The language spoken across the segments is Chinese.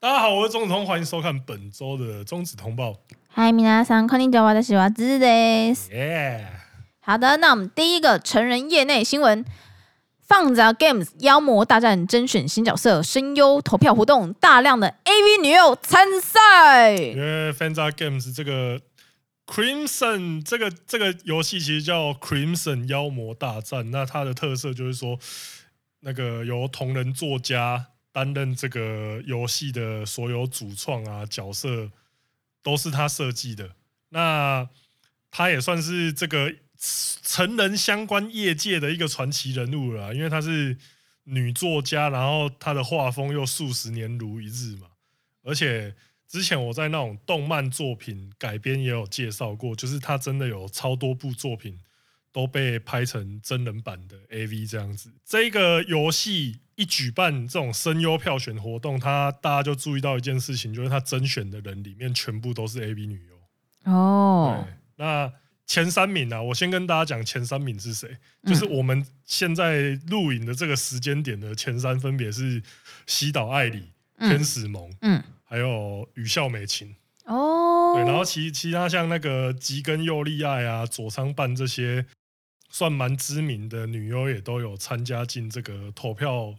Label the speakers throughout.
Speaker 1: 大家好，我是钟子通，欢迎收看本周的中子通报。
Speaker 2: 嗨，米娜桑，こんにちは，私はズです。
Speaker 1: 耶、
Speaker 2: 好的，那我们第一个成人业内新闻，放着 Games 妖魔大战甄选新角色声优投票活动，大量的 AV 女优参赛。
Speaker 1: 因为 Fanza Games 这个 Crimson 这个这个游戏其实叫 Crimson 妖魔大战，那它的特色就是说，那个由同人作家担任这个游戏的所有主创啊角色，都是他设计的。那他也算是这个成人相关业界的一个传奇人物了啦，因为他是女作家，然后她的画风又数十年如一日嘛。而且之前我在那种动漫作品改编也有介绍过，就是他真的有超多部作品都被拍成真人版的 AV 这样子。这个游戏一举办这种声优票选活动，他大家就注意到一件事情，就是他甄选的人里面全部都是 AV 女优。
Speaker 2: 哦
Speaker 1: 对，那前三名啊，我先跟大家讲前三名是 谁，就是我们现在录影的这个时间点的前三分别是西岛爱里、
Speaker 2: 嗯
Speaker 1: 天使萌，
Speaker 2: 嗯，
Speaker 1: 还有雨笑美琴。
Speaker 2: 哦，
Speaker 1: 对，然后其其他像那个吉根佑利爱啊、佐仓伴这些算蛮知名的女优也都有参加进这个投票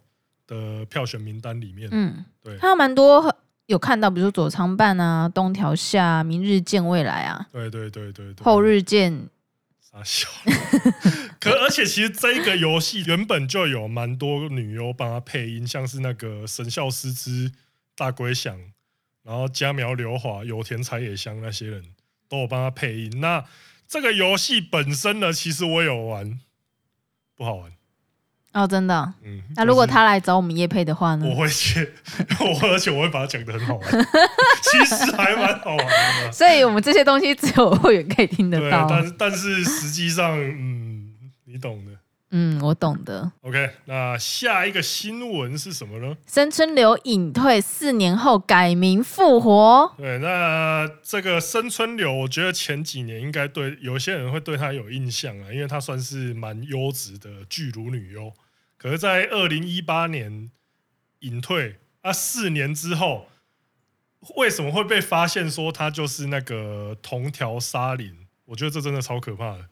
Speaker 1: 的票选名单里面。
Speaker 2: 嗯，
Speaker 1: 对
Speaker 2: 还有蛮多有看到，比如说佐仓伴啊、东条夏啊、明日见未来啊、
Speaker 1: 对对对对对，
Speaker 2: 后日见，
Speaker 1: 傻笑。 可而且其实这个游戏原本就有蛮多女优帮她配音，像是那个神笑师之大龟响，然后加苗流华、有田彩野香那些人都有帮她配音。那这个游戏本身呢，其实我有玩，不好玩。
Speaker 2: 哦，真的哦。
Speaker 1: 嗯，
Speaker 2: 那如果
Speaker 1: 就是
Speaker 2: 他来找我们叶配的话呢？
Speaker 1: 我会去， 我而且我会把它讲的很好玩， 其实还蛮好玩的。
Speaker 2: 所以我们这些东西只有会员可以听 得
Speaker 1: 对，
Speaker 2: 到。
Speaker 1: 但是但是实际上，嗯，你懂的。
Speaker 2: 嗯，我懂得。
Speaker 1: OK，那下一个新闻是什么呢？
Speaker 2: 深村流隐退四年后改名复活，
Speaker 1: 对，那这个深村柳，我觉得前几年应该对有些人会对她有印象啊，因为她算是蛮优质的巨乳女优。可是，在二零一八年隐退啊，四年之后，为什么会被发现说她就是那个同条沙林？我觉得这真的超可怕的，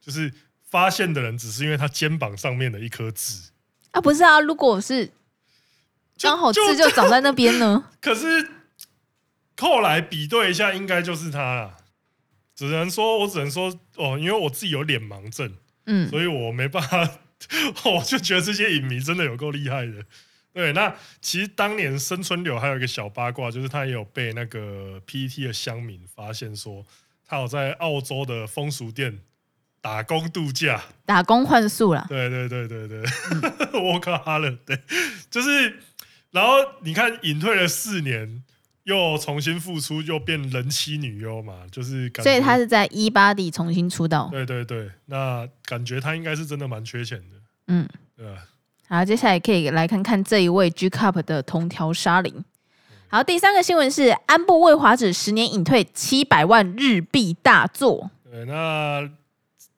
Speaker 1: 就是发现的人只是因为她肩膀上面的一颗痣。
Speaker 2: 啊，不是啊，如果我是
Speaker 1: 就
Speaker 2: 刚好痣就长在那边呢，
Speaker 1: 可是后来比对一下，应该就是他啦。只能说，我只能说哦，因为我自己有脸盲症，
Speaker 2: 嗯，
Speaker 1: 所以我没办法， 我就觉得这些影迷真的有够厉害的。对，那其实当年深村柳还有一个小八卦，就是他也有被那个 PET 的乡民发现说，他有在澳洲的风俗店打工度假。
Speaker 2: 打工换宿啦，
Speaker 1: 对对对对对， 我靠哈了，对，就是，然后你看隐退了四年，又重新复出，又变人妻女优嘛，就是感觉，
Speaker 2: 所以他是在一八底重新出道。
Speaker 1: 对对对，那感觉他应该是真的蛮缺钱的，
Speaker 2: 嗯，
Speaker 1: 对啊吧？
Speaker 2: 好，接下来可以来看看这一位 G Cup 的同条沙林。好，第三个新闻是安部未华子十年隐退七百万日币大作，
Speaker 1: 对，那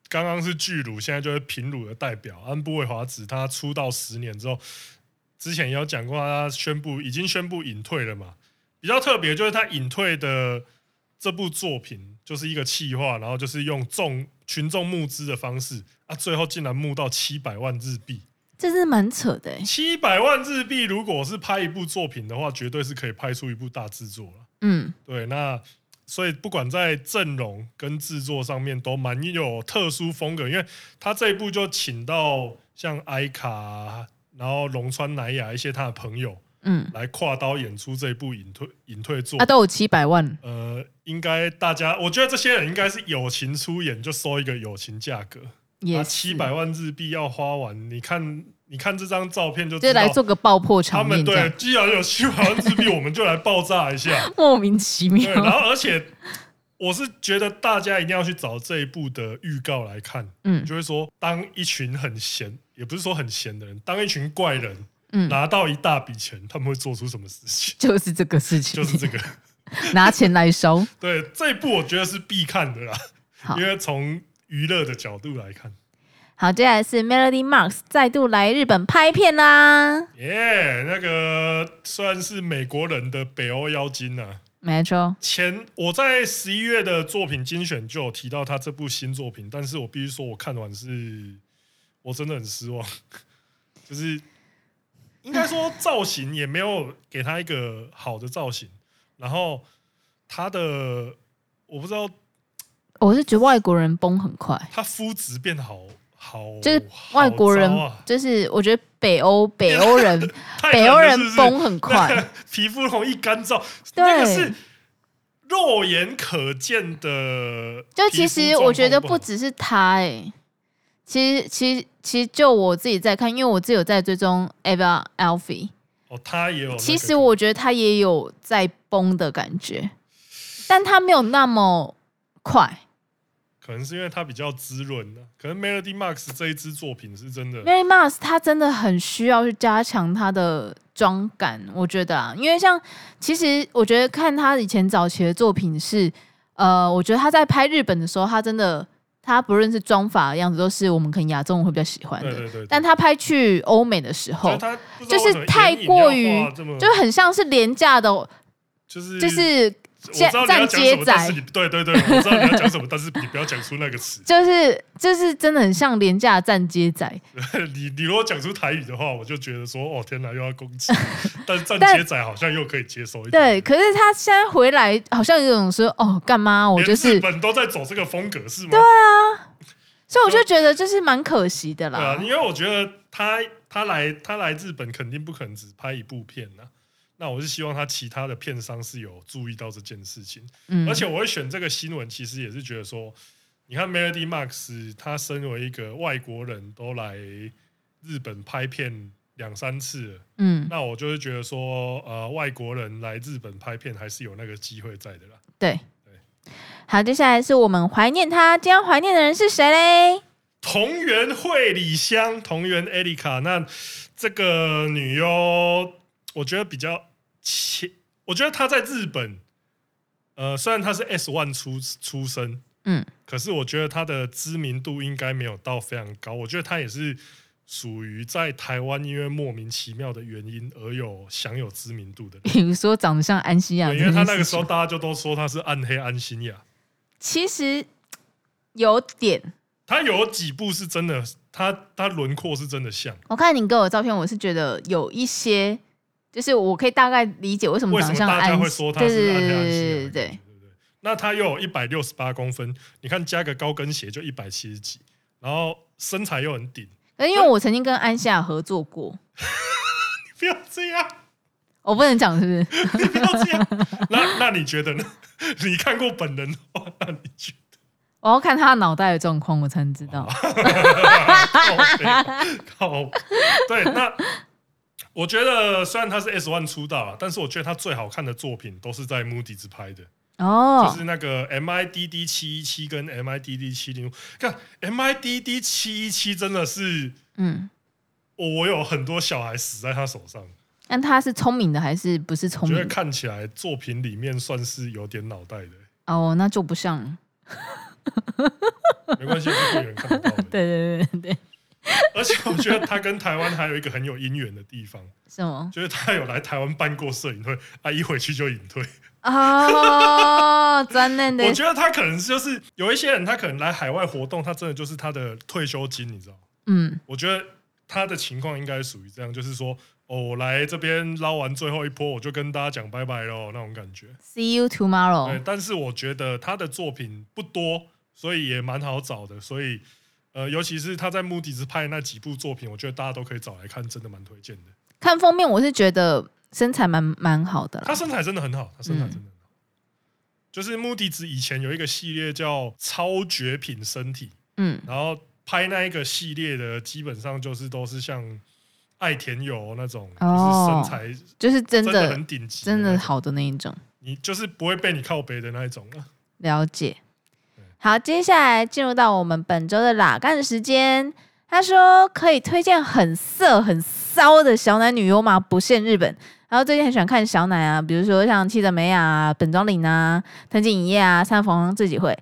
Speaker 1: 刚刚是巨乳，现在就是平乳的代表安部未华子，她出道十年之后，之前也有讲过，她宣布已经宣布隐退了嘛。比较特别就是她隐退的这部作品就是一个企划，然后就是用众群众募资的方式啊，最后竟然募到七百万日币。
Speaker 2: 这是蛮扯的、欸。
Speaker 1: 七百万日币，如果是拍一部作品的话，绝对是可以拍出一部大制作了。
Speaker 2: 嗯，
Speaker 1: 对，那所以不管在阵容跟制作上面都蛮有特殊风格，因为他这一部就请到像艾卡啊，然后龙川乃雅一些他的朋友
Speaker 2: 嗯，
Speaker 1: 来跨刀演出这一部隐退隐退作。
Speaker 2: 啊，都有七百万，
Speaker 1: 呃，应该大家，我觉得这些人应该是友情出演，就收一个友情价格。
Speaker 2: 也
Speaker 1: 啊，
Speaker 2: 是
Speaker 1: 七百，万日币要花完，你看，你看这张照片就
Speaker 2: 这
Speaker 1: 知道
Speaker 2: 来做个爆破
Speaker 1: 他
Speaker 2: 场
Speaker 1: 们
Speaker 2: 面，这
Speaker 1: 对
Speaker 2: 样，
Speaker 1: 既然有七百万日币，我们就来爆炸一下。
Speaker 2: 莫名其
Speaker 1: 对，然
Speaker 2: 妙。
Speaker 1: 后而且我是觉得大家一定要去找这一部的预告来看，
Speaker 2: 嗯
Speaker 1: 你就会说，当一群很闲，也不是说很闲的人，当一群怪人
Speaker 2: 嗯，？
Speaker 1: 拿到一大笔钱，他们会做出什么事情
Speaker 2: 就是这个事情，
Speaker 1: 就是这个，
Speaker 2: 拿钱来收。
Speaker 1: 对这一部我觉得是必看的啦，
Speaker 2: 好
Speaker 1: 因为从娱乐的角度来看，
Speaker 2: 好，接下来是 Melody Marks 再度来日本拍片啊啦。
Speaker 1: 耶、那个算是美国人的北欧妖精啊。
Speaker 2: 没错，
Speaker 1: 前我在十一月的作品精选就有提到他这部新作品，但是我必须说，我看完是，我真的很失望， 就是应该说造型也没有给他一个好的造型，然后他的我不知道
Speaker 2: 我是觉得外国人崩很快，
Speaker 1: 他肤质变好好，
Speaker 2: 就是外国人
Speaker 1: 好糟啊、
Speaker 2: 就是我觉得北欧北欧人
Speaker 1: 太
Speaker 2: 北欧
Speaker 1: 冷了
Speaker 2: 人
Speaker 1: 是不是
Speaker 2: 崩很 快，
Speaker 1: 那皮肤容易干燥，
Speaker 2: 对
Speaker 1: 那个是肉眼可见的皮肤状
Speaker 2: 就
Speaker 1: 况不好。
Speaker 2: 其实我觉得不只是他哎、其实其实其实就我自己在看，因为我自己有在追踪 Eva Alfie，
Speaker 1: 哦，他也有那个。
Speaker 2: 其实我觉得他也有在崩的感觉，但他没有那么快。
Speaker 1: 可能是因为它比较滋润呢、可能 Melody Max 这一支作品是真的
Speaker 2: Mary Mars 她真的很需要去加强她的妆感，我觉得啊，因为像其实我觉得看她以前早期的作品是，呃，我觉得她在拍日本的时候，她真的她不论是妆法的样子，都是我们可能亚洲人会比较喜欢的。
Speaker 1: 对对对对
Speaker 2: 但她拍去欧美的时候，
Speaker 1: 它不知道
Speaker 2: 就
Speaker 1: 为
Speaker 2: 是
Speaker 1: 什么
Speaker 2: 太
Speaker 1: 眼影
Speaker 2: 过
Speaker 1: 要
Speaker 2: 于
Speaker 1: 画这么
Speaker 2: 就很像是廉价的，哦
Speaker 1: 就是
Speaker 2: 就是
Speaker 1: 我知道你要讲什
Speaker 2: 站站街
Speaker 1: 么，
Speaker 2: 仔
Speaker 1: 但是你对对对，我知道你要讲什么，但是你不要讲出那个词。
Speaker 2: 就是就是真的很像廉价的站街仔，
Speaker 1: 你你如果讲出台语的话，我就觉得说哦天哪，又要攻 击。但是站
Speaker 2: 但
Speaker 1: 街仔好像又可以接受一点。
Speaker 2: 对。可是他现在回来，好像有种说哦，干嘛？我
Speaker 1: 连
Speaker 2: 就是
Speaker 1: 日，本都在走这个风格是吗？对啊，
Speaker 2: 所以我就觉得就是蛮可惜的
Speaker 1: 对啊
Speaker 2: 啦，。
Speaker 1: 因为我觉得他他来他来日本肯定不可能只拍一部片呐、那我是希望他其他的片商是有注意到这件事情。
Speaker 2: 嗯
Speaker 1: 而，且我会选这个新闻，其实也是觉得说，你看 Melody Max，他身为一个外国人都来日本拍片两三次了，
Speaker 2: 嗯，
Speaker 1: 那我就是觉得说，呃，外国人来日本拍片还是有那个机会在的啦。
Speaker 2: 对。好，接下来是我们怀念他，今天怀念的人是 谁嘞？
Speaker 1: 同源惠里香，同源艾丽卡，那这个女优，我觉得比较前，我觉得她在日本，呃，虽然她是 S one 出出身，
Speaker 2: 嗯，
Speaker 1: 可是我觉得她的知名度应该没有到非常高。我觉得她也是属于在台湾因为莫名其妙的原因而有享有知名度的人，
Speaker 2: 比如说长得像安西亚，
Speaker 1: 对因为她那个时候，大家就都说她是暗黑安心亚，
Speaker 2: 其实有点，
Speaker 1: 她有几部是真的，她她轮廓是真的像。
Speaker 2: 我看你给我的照片，我是觉得有一些，就是我可以大概理解为什么
Speaker 1: 为
Speaker 2: 长
Speaker 1: 什
Speaker 2: 得
Speaker 1: 么
Speaker 2: 像
Speaker 1: 大家
Speaker 2: 安
Speaker 1: 会
Speaker 2: 西，
Speaker 1: 说
Speaker 2: 对
Speaker 1: 他是
Speaker 2: 对
Speaker 1: 暗黑安西亚
Speaker 2: 对对
Speaker 1: 的感觉？
Speaker 2: 对，
Speaker 1: 不对？那他又有一百六十八公分，你看加个高跟鞋就一百七十几，然后身材又很顶，
Speaker 2: 对，因为我曾经跟安西亚合作过，
Speaker 1: 你不要这样，
Speaker 2: 我不能讲是不是？
Speaker 1: 你不要这样。那那你觉得呢？ 你看过本人的话，那你觉得？
Speaker 2: 我要看他脑袋的状况，我才能知 道。
Speaker 1: 靠北啊靠，对，那我觉得虽然他是 S One 出道啊，但是我觉得他最好看的作品都是在 Moody's 拍的。
Speaker 2: 哦
Speaker 1: 就，是那个 MIDD 七一七跟 MIDD 七零五，看 MIDD 七一七真的是
Speaker 2: 嗯，
Speaker 1: 哦我我有很多小孩死在他手上，
Speaker 2: 那他是聪明的还是不是聪
Speaker 1: 觉
Speaker 2: 明
Speaker 1: 得
Speaker 2: 的？
Speaker 1: 看起来作品里面算是有点脑袋的，
Speaker 2: 哦，那就不像了。
Speaker 1: 没关系，是会有人看得到的。
Speaker 2: 对对对对，对，
Speaker 1: 而且我觉得他跟台湾还有一个很有姻缘的地方，
Speaker 2: 什么？
Speaker 1: 就是他有来台湾办过摄影会，啊，一回去就隐退。
Speaker 2: 哦，残念的
Speaker 1: 我，觉得他可能就是有一些人，他可能来海外活动，他真的就是他的退休金，你知道吗？
Speaker 2: 嗯，
Speaker 1: 我觉得他的情况应该属于这样，就是说，哦，我来这边捞完最后一波，我就跟大家讲拜拜喽，那种感觉。
Speaker 2: ，See you
Speaker 1: 对
Speaker 2: tomorrow。，
Speaker 1: 但是我觉得他的作品不多，所以也蛮好找的。所以，呃，尤其是他在目的是拍的那几部作品，我觉得大家都可以找来看，真的蛮推荐的。
Speaker 2: 看封面，我是觉得身材蛮蛮好的
Speaker 1: 他
Speaker 2: 啦。
Speaker 1: 身材真的很好，他身材真的很好。就是目的子以前有一个系列叫《超绝品身体》，
Speaker 2: 嗯，
Speaker 1: 然后拍那一个系列的，基本上就是都是像爱田友那种，就
Speaker 2: 哦
Speaker 1: 是身材
Speaker 2: 就是真
Speaker 1: 真的
Speaker 2: 的
Speaker 1: 很顶级，
Speaker 2: 真的，好的那一种，
Speaker 1: 你就是不会被你靠背的那一种啊。
Speaker 2: 了解。好，接下来进入到我们本周的拉干时间。他说可以推荐很色很骚的小奶女优吗？不限日本。然后最近很喜欢看小奶啊，比如说像七泽美雅啊、本庄绫啊、藤井一叶啊、三房自己会。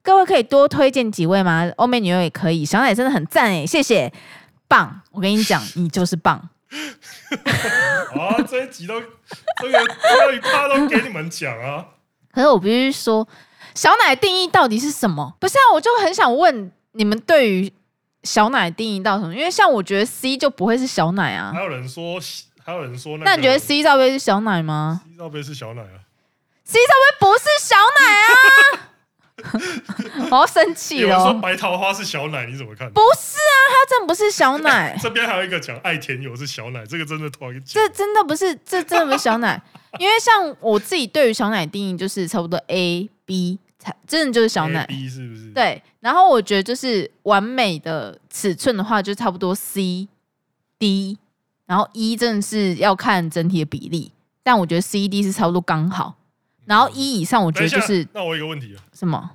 Speaker 2: 各位可以多推荐几位吗？欧美女优也可以，小奶真的很赞哎，谢谢，棒！我跟你讲，你就是棒。
Speaker 1: 啊，这一集都这个这一趴都给你们讲啊，
Speaker 2: 可是我必须说，小奶定义到底是什么？不是啊，我就很想问你们对于小奶定义到什么？因为像我觉得 C 就不会是小奶啊
Speaker 1: 还，有人说，还有人说那个，
Speaker 2: 那你觉得 C 罩杯是小 奶吗
Speaker 1: C 罩杯是小奶啊？
Speaker 2: ？C 罩杯不是小奶 啊！我要生气
Speaker 1: 有人说
Speaker 2: 了，
Speaker 1: 白桃花是小奶，你怎么看？，
Speaker 2: 不是啊，它真的不是小奶
Speaker 1: 这边还有一个讲爱甜友是小奶，这个真的突然
Speaker 2: 这真的不是，这真的不是小奶。因为像我自己对于小奶定义就是差不多 A B 才真的就是小奶。
Speaker 1: B 是不是？，
Speaker 2: 对，然后我觉得就是完美的尺寸的话，就差不多 C、D，然后 E 真的是要看整体的比例，但我觉得 C、D 是差不多刚好，然后 E 以上我觉
Speaker 1: 等一下，
Speaker 2: 得就是
Speaker 1: 那我有一个问题啊，
Speaker 2: 什么，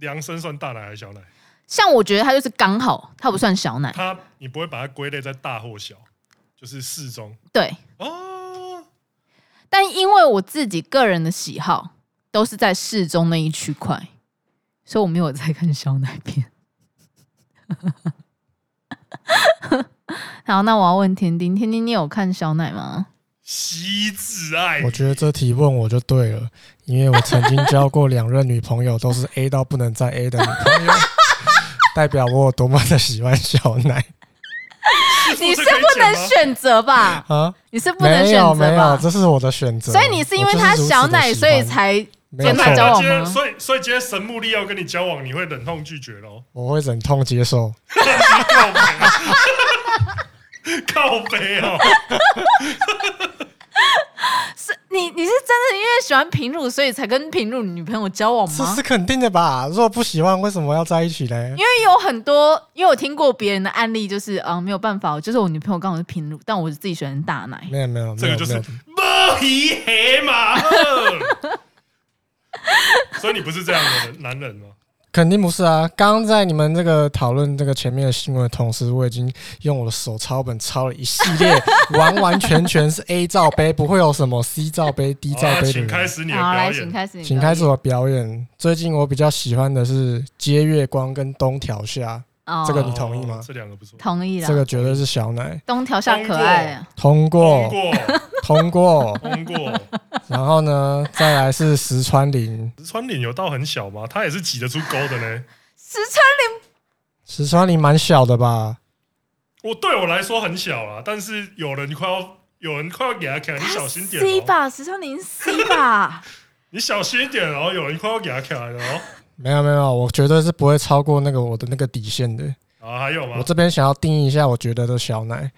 Speaker 1: 量身算大奶还是小奶？
Speaker 2: 像我觉得它就是刚好，它不算小奶，
Speaker 1: 它你不会把它归类在大或小，就是适中
Speaker 2: 对，
Speaker 1: 哦。
Speaker 2: 但因为我自己个人的喜好都是在适中那一区块，所以我没有在看小奶片。 好，那我要问天丁，天丁，你有看小奶吗？
Speaker 1: 惜字爱
Speaker 3: 我觉得这题问我就对了，因为我曾经交过两任女朋友，都是 A 到不能再 A 的女朋友， 代表我有多么的喜欢小奶
Speaker 2: 你是不能选 择吧？
Speaker 3: 啊！
Speaker 2: 你是不能
Speaker 3: 没
Speaker 2: 选
Speaker 3: 有没
Speaker 2: 择
Speaker 3: 有，
Speaker 2: 吧？
Speaker 3: 这是我的选择。
Speaker 2: 所以你是因为他小奶，
Speaker 3: 我就是
Speaker 2: 所
Speaker 3: 如此地
Speaker 2: 以
Speaker 3: 喜欢
Speaker 2: 才
Speaker 3: 没有
Speaker 2: 跟他
Speaker 3: 错？
Speaker 2: 交往
Speaker 1: 今天
Speaker 2: 吗
Speaker 1: 所以所以今天神木利要跟你交往，你会忍痛拒绝喽
Speaker 3: 我会忍痛接受。
Speaker 1: 靠北啊， 靠北 哦！
Speaker 2: 是你你是真的因为喜欢平乳，所以才跟平乳女朋友交往
Speaker 3: 这
Speaker 2: 吗
Speaker 3: 是？肯定的吧？如果不喜欢，为什么要在一起嘞
Speaker 2: 因？为有很多，因为我听过别人的案例，就是啊、没有办法，就是我女朋友刚好是平乳，但我自己喜欢大奶。
Speaker 3: 没有没有，
Speaker 1: 这个就是
Speaker 3: 没有没
Speaker 1: 摸皮黑马二。 所以你不是这样的人男人吗？
Speaker 3: 有肯定不是啊！刚刚在你们这个讨论这个前面的新闻的同时，我已经用我的手抄本抄了一系列， 完完全全是 A 罩杯，不会有什么 C 罩杯、D
Speaker 1: 好
Speaker 3: 罩
Speaker 1: 啊
Speaker 3: 杯的啊
Speaker 1: 请开
Speaker 3: 人。
Speaker 1: 始啊你的
Speaker 2: 好，
Speaker 1: 表
Speaker 2: 来，请
Speaker 1: 演。
Speaker 2: 开始你的表演，
Speaker 3: 请开始我表演。最近我比较喜欢的是接月光跟东条夏，
Speaker 2: 哦
Speaker 3: 这个你同意吗
Speaker 1: 哦这两个不错，
Speaker 2: 同意了。
Speaker 3: 这个绝对是小奶
Speaker 2: 东条夏可爱啊，
Speaker 1: 通
Speaker 3: 通过
Speaker 1: 过，
Speaker 3: 通过。
Speaker 1: 通过。
Speaker 3: 然后呢，再来是石川绫，
Speaker 1: 石川脸有到很小吗？他也是挤得出沟的呢。
Speaker 2: 石川
Speaker 3: 石川绫蛮小的吧？
Speaker 1: 我对我来说很小啊，但是有人快要有人快要给他砍，你小心点
Speaker 2: C
Speaker 1: 哦，
Speaker 2: 吧，石川林 C 吧，
Speaker 1: 你小心一点哦，有人快要给他砍了哦。
Speaker 3: 没有没有，我绝对是不会超过那个我的那个底线的。
Speaker 1: 啊，还有吗
Speaker 3: 我？这边想要定义一下，我觉得的小奶，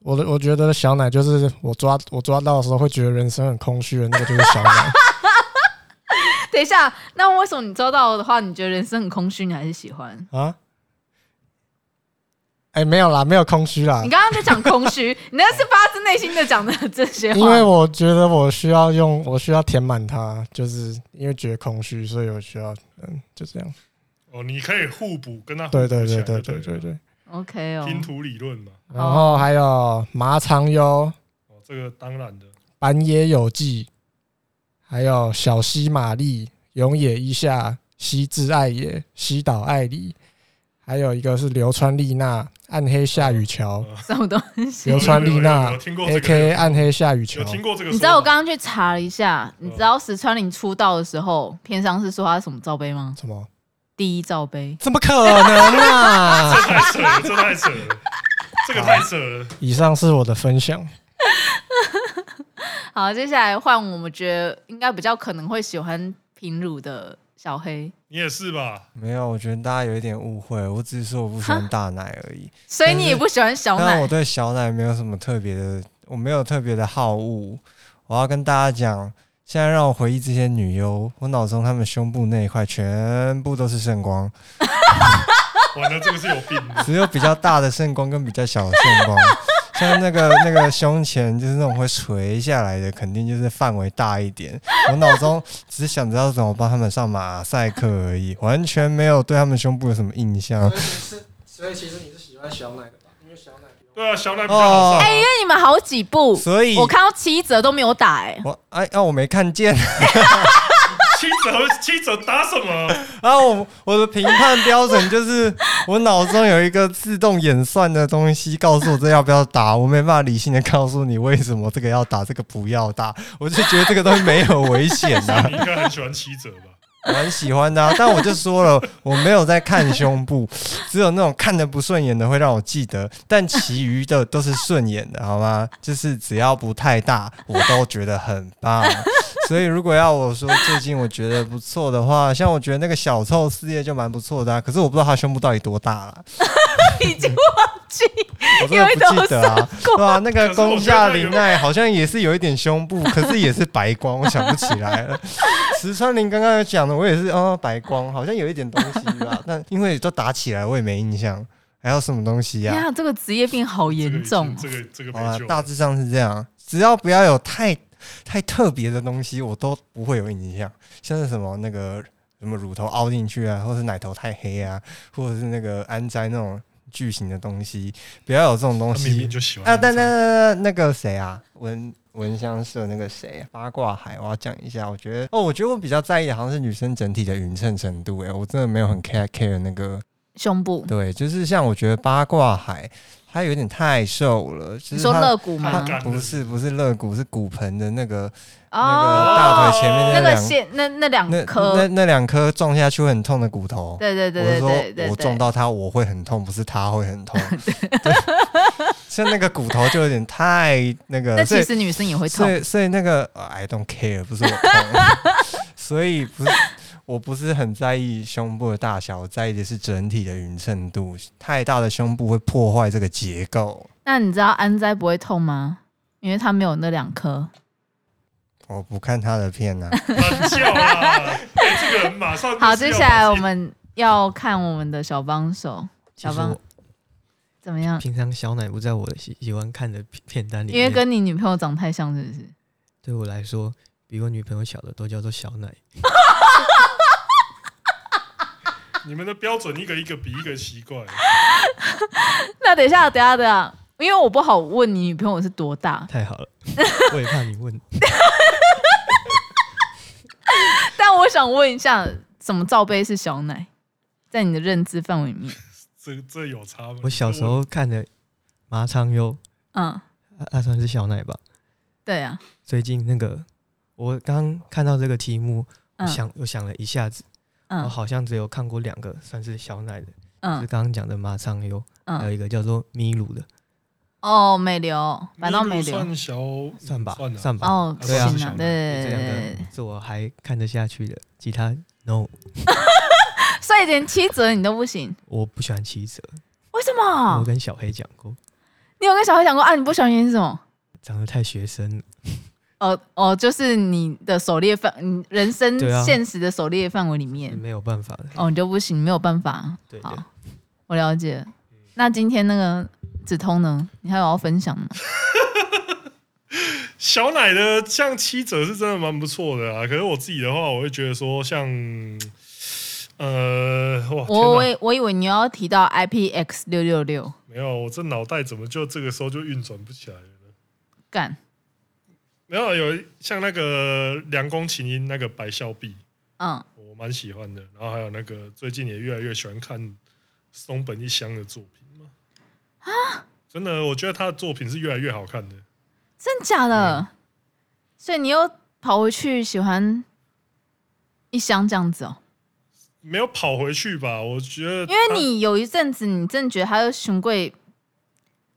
Speaker 3: 我的我觉得的小奶就是我抓我抓到的时候会觉得人生很空虚的那个就是小奶。
Speaker 2: 等一下，那为什么你抓到的话，你觉得人生很空虚，你还是喜欢？
Speaker 3: 啊？哎、没有啦，没有空虚
Speaker 4: 啊
Speaker 3: 啦
Speaker 2: 你，刚刚就讲空虚， 你那是发自内心的讲的这些话。
Speaker 3: 因为我觉得我需要用，我需要填满它，就是因为觉得空虚，所以我需要，嗯，就这样。
Speaker 1: 哦，你可以互补，跟他互
Speaker 3: 对
Speaker 1: 补
Speaker 3: 对
Speaker 1: 起
Speaker 3: 对
Speaker 1: 来
Speaker 3: 对
Speaker 1: 就
Speaker 3: 对对
Speaker 1: 啊了，
Speaker 3: 对。
Speaker 2: OK 哦，
Speaker 1: 拼图理论嘛。
Speaker 3: 然后还有麻长优、
Speaker 1: 哦，这个当然的。
Speaker 3: 板野友纪，还有小西玛丽、永野一夏、西志爱也、西岛爱里，还有一个是流川丽娜、暗黑下雨桥、
Speaker 2: 什么东西？
Speaker 3: 流川丽
Speaker 1: 有有有
Speaker 3: 娜
Speaker 1: 有听过这
Speaker 3: （A
Speaker 1: 个
Speaker 3: K 暗黑下雨桥
Speaker 1: 有听过这个说法？
Speaker 2: 你知道我刚刚去查了一下，你知道石川林出道的时候，片商是说他什么罩杯吗？）？
Speaker 3: 什么？
Speaker 2: 第一罩杯。
Speaker 3: 怎么可能 啊！
Speaker 1: 太扯 了，这太扯了，这个太扯了。
Speaker 3: 以上是我的分享。
Speaker 2: 好，接下来换我们觉得应该比较可能会喜欢平乳的小黑，
Speaker 1: 你也是吧？
Speaker 4: 没有，我觉得大家有一点误会，我只是说我不喜欢大奶而已。
Speaker 2: 所以你也不喜欢小
Speaker 4: 但
Speaker 2: 奶
Speaker 4: 我。对小奶没有什么特别的，我没有特别的好恶。我要跟大家讲，现在让我回忆这些女优，我脑中她们胸部那一块全部都是圣光，
Speaker 1: 完了，这个是有病 的。
Speaker 4: 只有比较大的圣光跟比较小的圣光。像那个那个胸前就是那种会垂下来的，肯定就是范围大一点。我脑中只是想知道怎么帮他们上马赛克而已，完全没有对他们胸部有什么印象。
Speaker 3: 所以其实你是喜欢小奶的吧？因为小奶
Speaker 1: 对啊，小奶比较好上啊。
Speaker 2: 因为你们好几部，
Speaker 4: 哦所以
Speaker 2: 我看到七折都没有打哎、
Speaker 4: 我哎啊，我没看见，
Speaker 1: 七折七折打什么？
Speaker 4: 然后啊我我的评判标准就是，我脑中有一个自动演算的东西，告诉我这要不要打，我没办法理性的告诉你为什么这个要打，这个不要打，我就觉得这个东西没有危险啊呐、
Speaker 1: 你应该很喜欢七折吧？
Speaker 4: 蛮喜欢的、啊。 但我就说了，我没有在看胸部， 只有那种看的不顺眼的会让我记得，但其余的都是顺眼的，好吗？就是只要不太大，我都觉得很棒。 所以如果要我说最近我觉得不错的话，像我觉得那个小臭事业就蛮不错的、啊，可是我不知道他胸部到底多大了，
Speaker 2: 已经忘记，
Speaker 4: 我真
Speaker 2: 因
Speaker 4: 的
Speaker 2: 为都
Speaker 4: 不记得啊。
Speaker 2: 过
Speaker 4: 对啊，那个
Speaker 1: 可是我觉
Speaker 4: 宫
Speaker 1: 得
Speaker 4: 下
Speaker 1: 那
Speaker 4: 玲
Speaker 1: 个
Speaker 4: 奈好像也是有一点胸部， 可是也是白光，我想不起来了。 石川林刚刚有讲的，我也是哦，白光好像有一点东西吧， 但因为都打起来，我也没印象。还有什么东西呀、
Speaker 2: 呀，这个职业病好严重哦。
Speaker 1: 这个已经这个这
Speaker 4: 好
Speaker 1: 个没
Speaker 4: 啊
Speaker 1: 救，了。
Speaker 4: 大致上是这样，只要不要有太太特别的东西，我都不会有印象。像是什么那个什么乳头凹进去啊，或是奶头太黑啊，或者是那个安摘那种巨型的东西，不要有这种东
Speaker 1: 他
Speaker 4: 西。
Speaker 1: 明明就喜欢
Speaker 4: 啊，但那那个谁啊，闻闻香社那个谁啊，八卦海，我要讲一下。我觉得哦，我觉得我比较在意的好像是女生整体的匀称程度、欸。哎，我真的没有很 care care 那个。
Speaker 2: 胸部，
Speaker 4: 对，就是像我觉得八卦海，她有点太瘦了。就是
Speaker 2: 你说
Speaker 4: 她
Speaker 2: 肋骨
Speaker 4: 她
Speaker 2: 吗？
Speaker 1: 干
Speaker 4: 不是不是肋骨，是骨盆的那个、那个大
Speaker 2: 哦，
Speaker 4: 腿前面
Speaker 2: 那
Speaker 4: 两
Speaker 2: 个线，那那两
Speaker 4: 那那
Speaker 2: 颗，
Speaker 4: 那两颗撞下去会很痛的骨头。
Speaker 2: 对对对
Speaker 4: 我
Speaker 2: 对
Speaker 4: 是
Speaker 2: 对
Speaker 4: 说，
Speaker 2: 对
Speaker 4: 我撞
Speaker 2: 对，
Speaker 4: 到他我会很痛，不是他会很 痛。对，像那个骨头就有点太那个，
Speaker 2: 那
Speaker 4: 所以
Speaker 2: 其实女生也会
Speaker 4: 所
Speaker 2: 痛。
Speaker 4: 以所以那个呃 I don't care 不是我痛， 所以不是我不是很在意胸部的大小，我在意的是整体的匀称度。太大的胸部会破坏这个结构，
Speaker 2: 那你知道安灾不会痛吗？因为它没有那两颗。
Speaker 4: 我不看他的片啊呢、
Speaker 1: 很叫啦。哎这个人马上就是要
Speaker 2: 好，接下来我们要看我们的小帮手
Speaker 5: 其
Speaker 2: 小
Speaker 5: 实
Speaker 2: 帮
Speaker 5: 我
Speaker 2: 怎么样，
Speaker 5: 平常小奶不在我喜喜欢看的片片单里
Speaker 2: 因为
Speaker 5: 面，
Speaker 2: 跟你女朋友长太像，是不是？
Speaker 5: 对我来说，比我女朋友小的都叫做小奶。
Speaker 1: 你们的标准一个一个比一个奇怪。
Speaker 2: 那等一下，等一下，等一下，因为我不好问你女朋友是多大，
Speaker 5: 太 好了，我也怕你问。
Speaker 2: 但我想问一下，什么罩杯是小奶？在你的认知范围里面，
Speaker 1: 这这有差吗？
Speaker 5: 我小时候看的麻昌优，
Speaker 2: 嗯，
Speaker 5: 那、啊、算是小奶吧。
Speaker 2: 对啊，
Speaker 5: 最近那个，我刚看到这个题目，我
Speaker 2: 嗯
Speaker 5: 想我想了一下子，我
Speaker 2: 嗯
Speaker 5: 好像只有看过两个算是小奶的，是
Speaker 2: 嗯
Speaker 5: 刚刚讲的麻昌优，还有
Speaker 2: 嗯，
Speaker 5: 一个叫做咪鲁的，
Speaker 2: 哦，美流，反倒美
Speaker 1: 没
Speaker 2: 流，
Speaker 1: 算小
Speaker 5: 算吧，
Speaker 1: 嗯算了
Speaker 5: 算吧。
Speaker 2: 哦，
Speaker 1: 对啊
Speaker 2: 行啊，对
Speaker 5: 这
Speaker 2: 对
Speaker 5: 两
Speaker 2: 对对
Speaker 5: 个是我还看得下去的，其他 no，
Speaker 2: 所以连七折你都不行，
Speaker 5: 我不喜欢七折。
Speaker 2: 为什
Speaker 5: 我
Speaker 2: 么？
Speaker 5: 跟小黑讲过，
Speaker 2: 你有跟小黑讲过啊？你不喜欢原因是什么？
Speaker 5: 长得太学生了，
Speaker 2: 哦哦，就是你的狩猎范，你人生
Speaker 5: 对啊
Speaker 2: 现实的狩猎范围里面，
Speaker 5: 没有办法的。
Speaker 2: 哦，你就不行，没有办法。
Speaker 5: 对的
Speaker 2: 好，我了解了。那今天那个子通呢？你还有要分享吗？
Speaker 1: 小奶的像七折是真的蛮不错的啊。可是我自己的话，我会觉得说像呃哇，天哪
Speaker 2: 我我以我以为你要提到 IPX 六六六，
Speaker 1: 没有，我这脑袋怎么就这个时候就运转不起来了呢？
Speaker 2: 干
Speaker 1: 没有，有像那个梁公琴音那个白孝碧，
Speaker 2: 嗯
Speaker 1: 我蛮喜欢的。然后还有那个最近也越来越喜欢看松本一香的作品嘛。啊，真的，我觉得他的作品是越来越好看的。
Speaker 2: 真假的？所以你又跑回去喜欢一箱这样子哦？
Speaker 1: 没有跑回去吧？我觉得他，
Speaker 2: 因为你有一阵子你真的觉得他是熊贵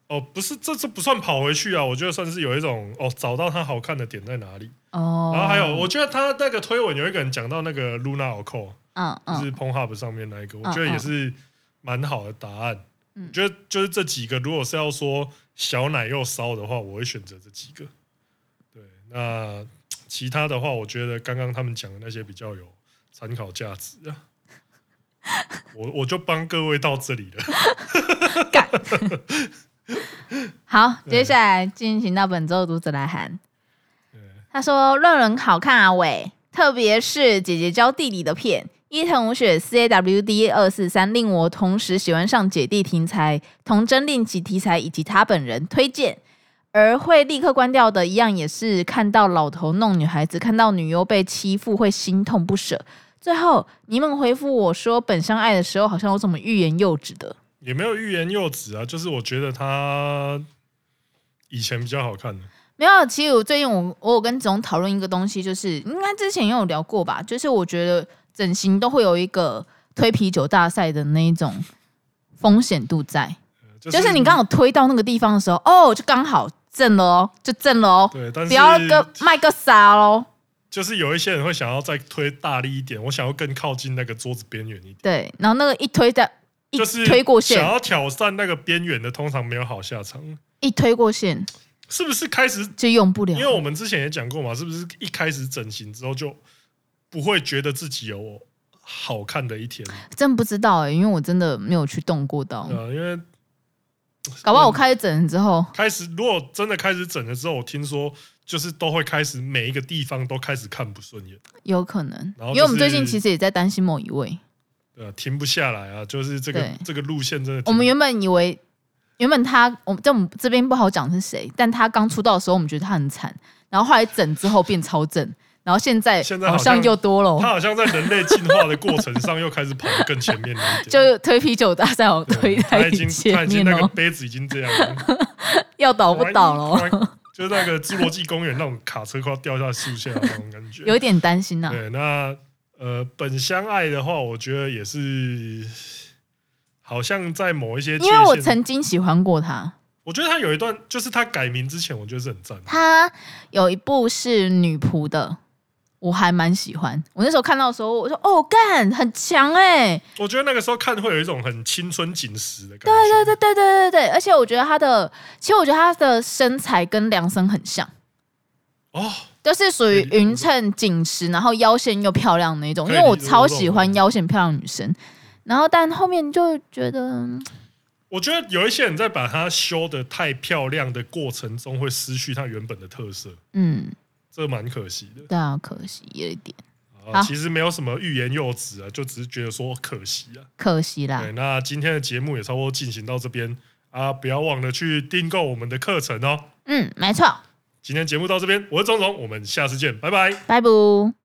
Speaker 1: 哦，不是，这这不算跑回去啊，我觉得算是有一种哦，找到他好看的点在哪里。
Speaker 2: 哦，
Speaker 1: 然后还有，我觉得他那个推文有一个人讲到那个 Luna Oco，
Speaker 2: 嗯
Speaker 1: 就是
Speaker 2: 嗯
Speaker 1: p o n h u b 上面那一个，我觉得
Speaker 2: 嗯
Speaker 1: 也是蛮好的答案。
Speaker 2: 嗯
Speaker 1: 我觉得就是这几个，如果是要说小奶又骚的话，我会选择这几个。对，那其他的话，我觉得刚刚他们讲的那些比较有参考价值啊。我我就帮各位到这里了。
Speaker 2: 干。好，接下来进行到本周的读者来函。他说论文好看啊喂，特别是姐姐教地理的片。伊藤舞雪 C A W D 二四三令我同时喜欢上姐弟题材、童真恋奇题材以及他本人推荐。而会立刻关掉的，一样也是看到老头弄女孩子，看到女优被欺负会心痛不舍。最后，你们回复我说本相爱的时候，好像有什么欲言又止的。
Speaker 1: 也没有欲言又止啊，就是我觉得他以前比较好看的，
Speaker 2: 没有，其实我最近我我有跟总讨论一个东西，就是应该之前也有聊过吧，就是我觉得整形都会有一个推啤酒大赛的那一种风险度在，
Speaker 1: 就
Speaker 2: 就是你刚好推到那个地方的时候，哦，就刚好正了哦，就正了哦，
Speaker 1: 对，但是
Speaker 2: 不要个卖个傻喽。
Speaker 1: 就是有一些人会想要再推大力一点，我想要更靠近那个桌子边缘一点，
Speaker 2: 对，然后那个一推在一
Speaker 1: 就是
Speaker 2: 推过
Speaker 1: 想
Speaker 2: 线，
Speaker 1: 要挑战那个边缘的，通常没有好下场，
Speaker 2: 一推过线
Speaker 1: 是不是？开始，
Speaker 2: 就用不了
Speaker 1: 因。为我们之前也讲过嘛，是不是一开始整形之后就不会觉得自己有好看的一天？
Speaker 2: 真不知道哎、因为我真的没有去动过刀，
Speaker 1: 呃，因为
Speaker 2: 搞不好我开始整了之后，
Speaker 1: 开始如果真的开始整了之后，我听说就是都会开始每一个地方都开始看不顺眼，
Speaker 2: 有可能，
Speaker 1: 然后
Speaker 2: 因为我们
Speaker 1: 就
Speaker 2: 最
Speaker 1: 是
Speaker 2: 近其实也在担心某一位。
Speaker 1: 呃，停不下来啊，就是这个
Speaker 2: 对
Speaker 1: 这个路线真的停不，
Speaker 2: 我们原本以为，原本他，我们在我们这边不好讲是谁，但他刚出道的时候，我们觉得他很惨，然后后来整之后变超正，然后现在
Speaker 1: 现在好
Speaker 2: 好
Speaker 1: 像
Speaker 2: 像又多了
Speaker 1: 他
Speaker 2: 哦，
Speaker 1: 好像在人类进化的过程上又开始跑得更前面了一点，
Speaker 2: 就推啤酒大赛，我推
Speaker 1: 对他
Speaker 2: 在
Speaker 1: 已经他
Speaker 2: 前
Speaker 1: 已经
Speaker 2: 面
Speaker 1: 那个
Speaker 2: 哦，
Speaker 1: 杯子已经这样 了，
Speaker 2: 要倒不 倒了哦，
Speaker 1: 了，就是那个侏罗纪公园那种卡车快要掉下树下的那种感觉，
Speaker 2: 有一点啊担心呐、
Speaker 1: 对，那呃，本相爱的话，我觉得也是，好像在某一些界
Speaker 2: 因为我
Speaker 1: 限
Speaker 2: 曾经喜欢过他，
Speaker 1: 我觉得他有一段，就是他改名之前，我觉得是很赞的。
Speaker 2: 他有一部是女仆的。我还蛮喜欢，我那时候看到的时候，我说哦干，很强哎、
Speaker 1: 我觉得那个时候看会有一种很青春紧实的感觉。
Speaker 2: 对对对对对对，而且我觉得他的，其实我觉得他的身材跟梁生很像，
Speaker 1: 哦，
Speaker 2: 就是属于匀称紧实，然后腰线又漂亮那种。
Speaker 1: 可
Speaker 2: 因
Speaker 1: 以
Speaker 2: 为我
Speaker 1: 理解
Speaker 2: 超
Speaker 1: 我懂
Speaker 2: 喜欢腰线漂亮的女生，然后但后面就觉得嗯
Speaker 1: 我觉得有一些人在把它修的太漂亮的过程中，会失去它原本的特色，
Speaker 2: 嗯，
Speaker 1: 这蛮可惜的。
Speaker 2: 对啊，可惜有一点，
Speaker 1: 啊，
Speaker 2: 好
Speaker 1: 其实没有什么欲言又止啊，就只是觉得说可惜啊。
Speaker 2: 可惜啦
Speaker 1: 对，。那今天的节目也差不多进行到这边啊，不要忘了去订购我们的课程哦。
Speaker 2: 嗯，没错，
Speaker 1: 今天节目到这边，我是钟总，我们下次见，拜拜。
Speaker 2: 拜拜。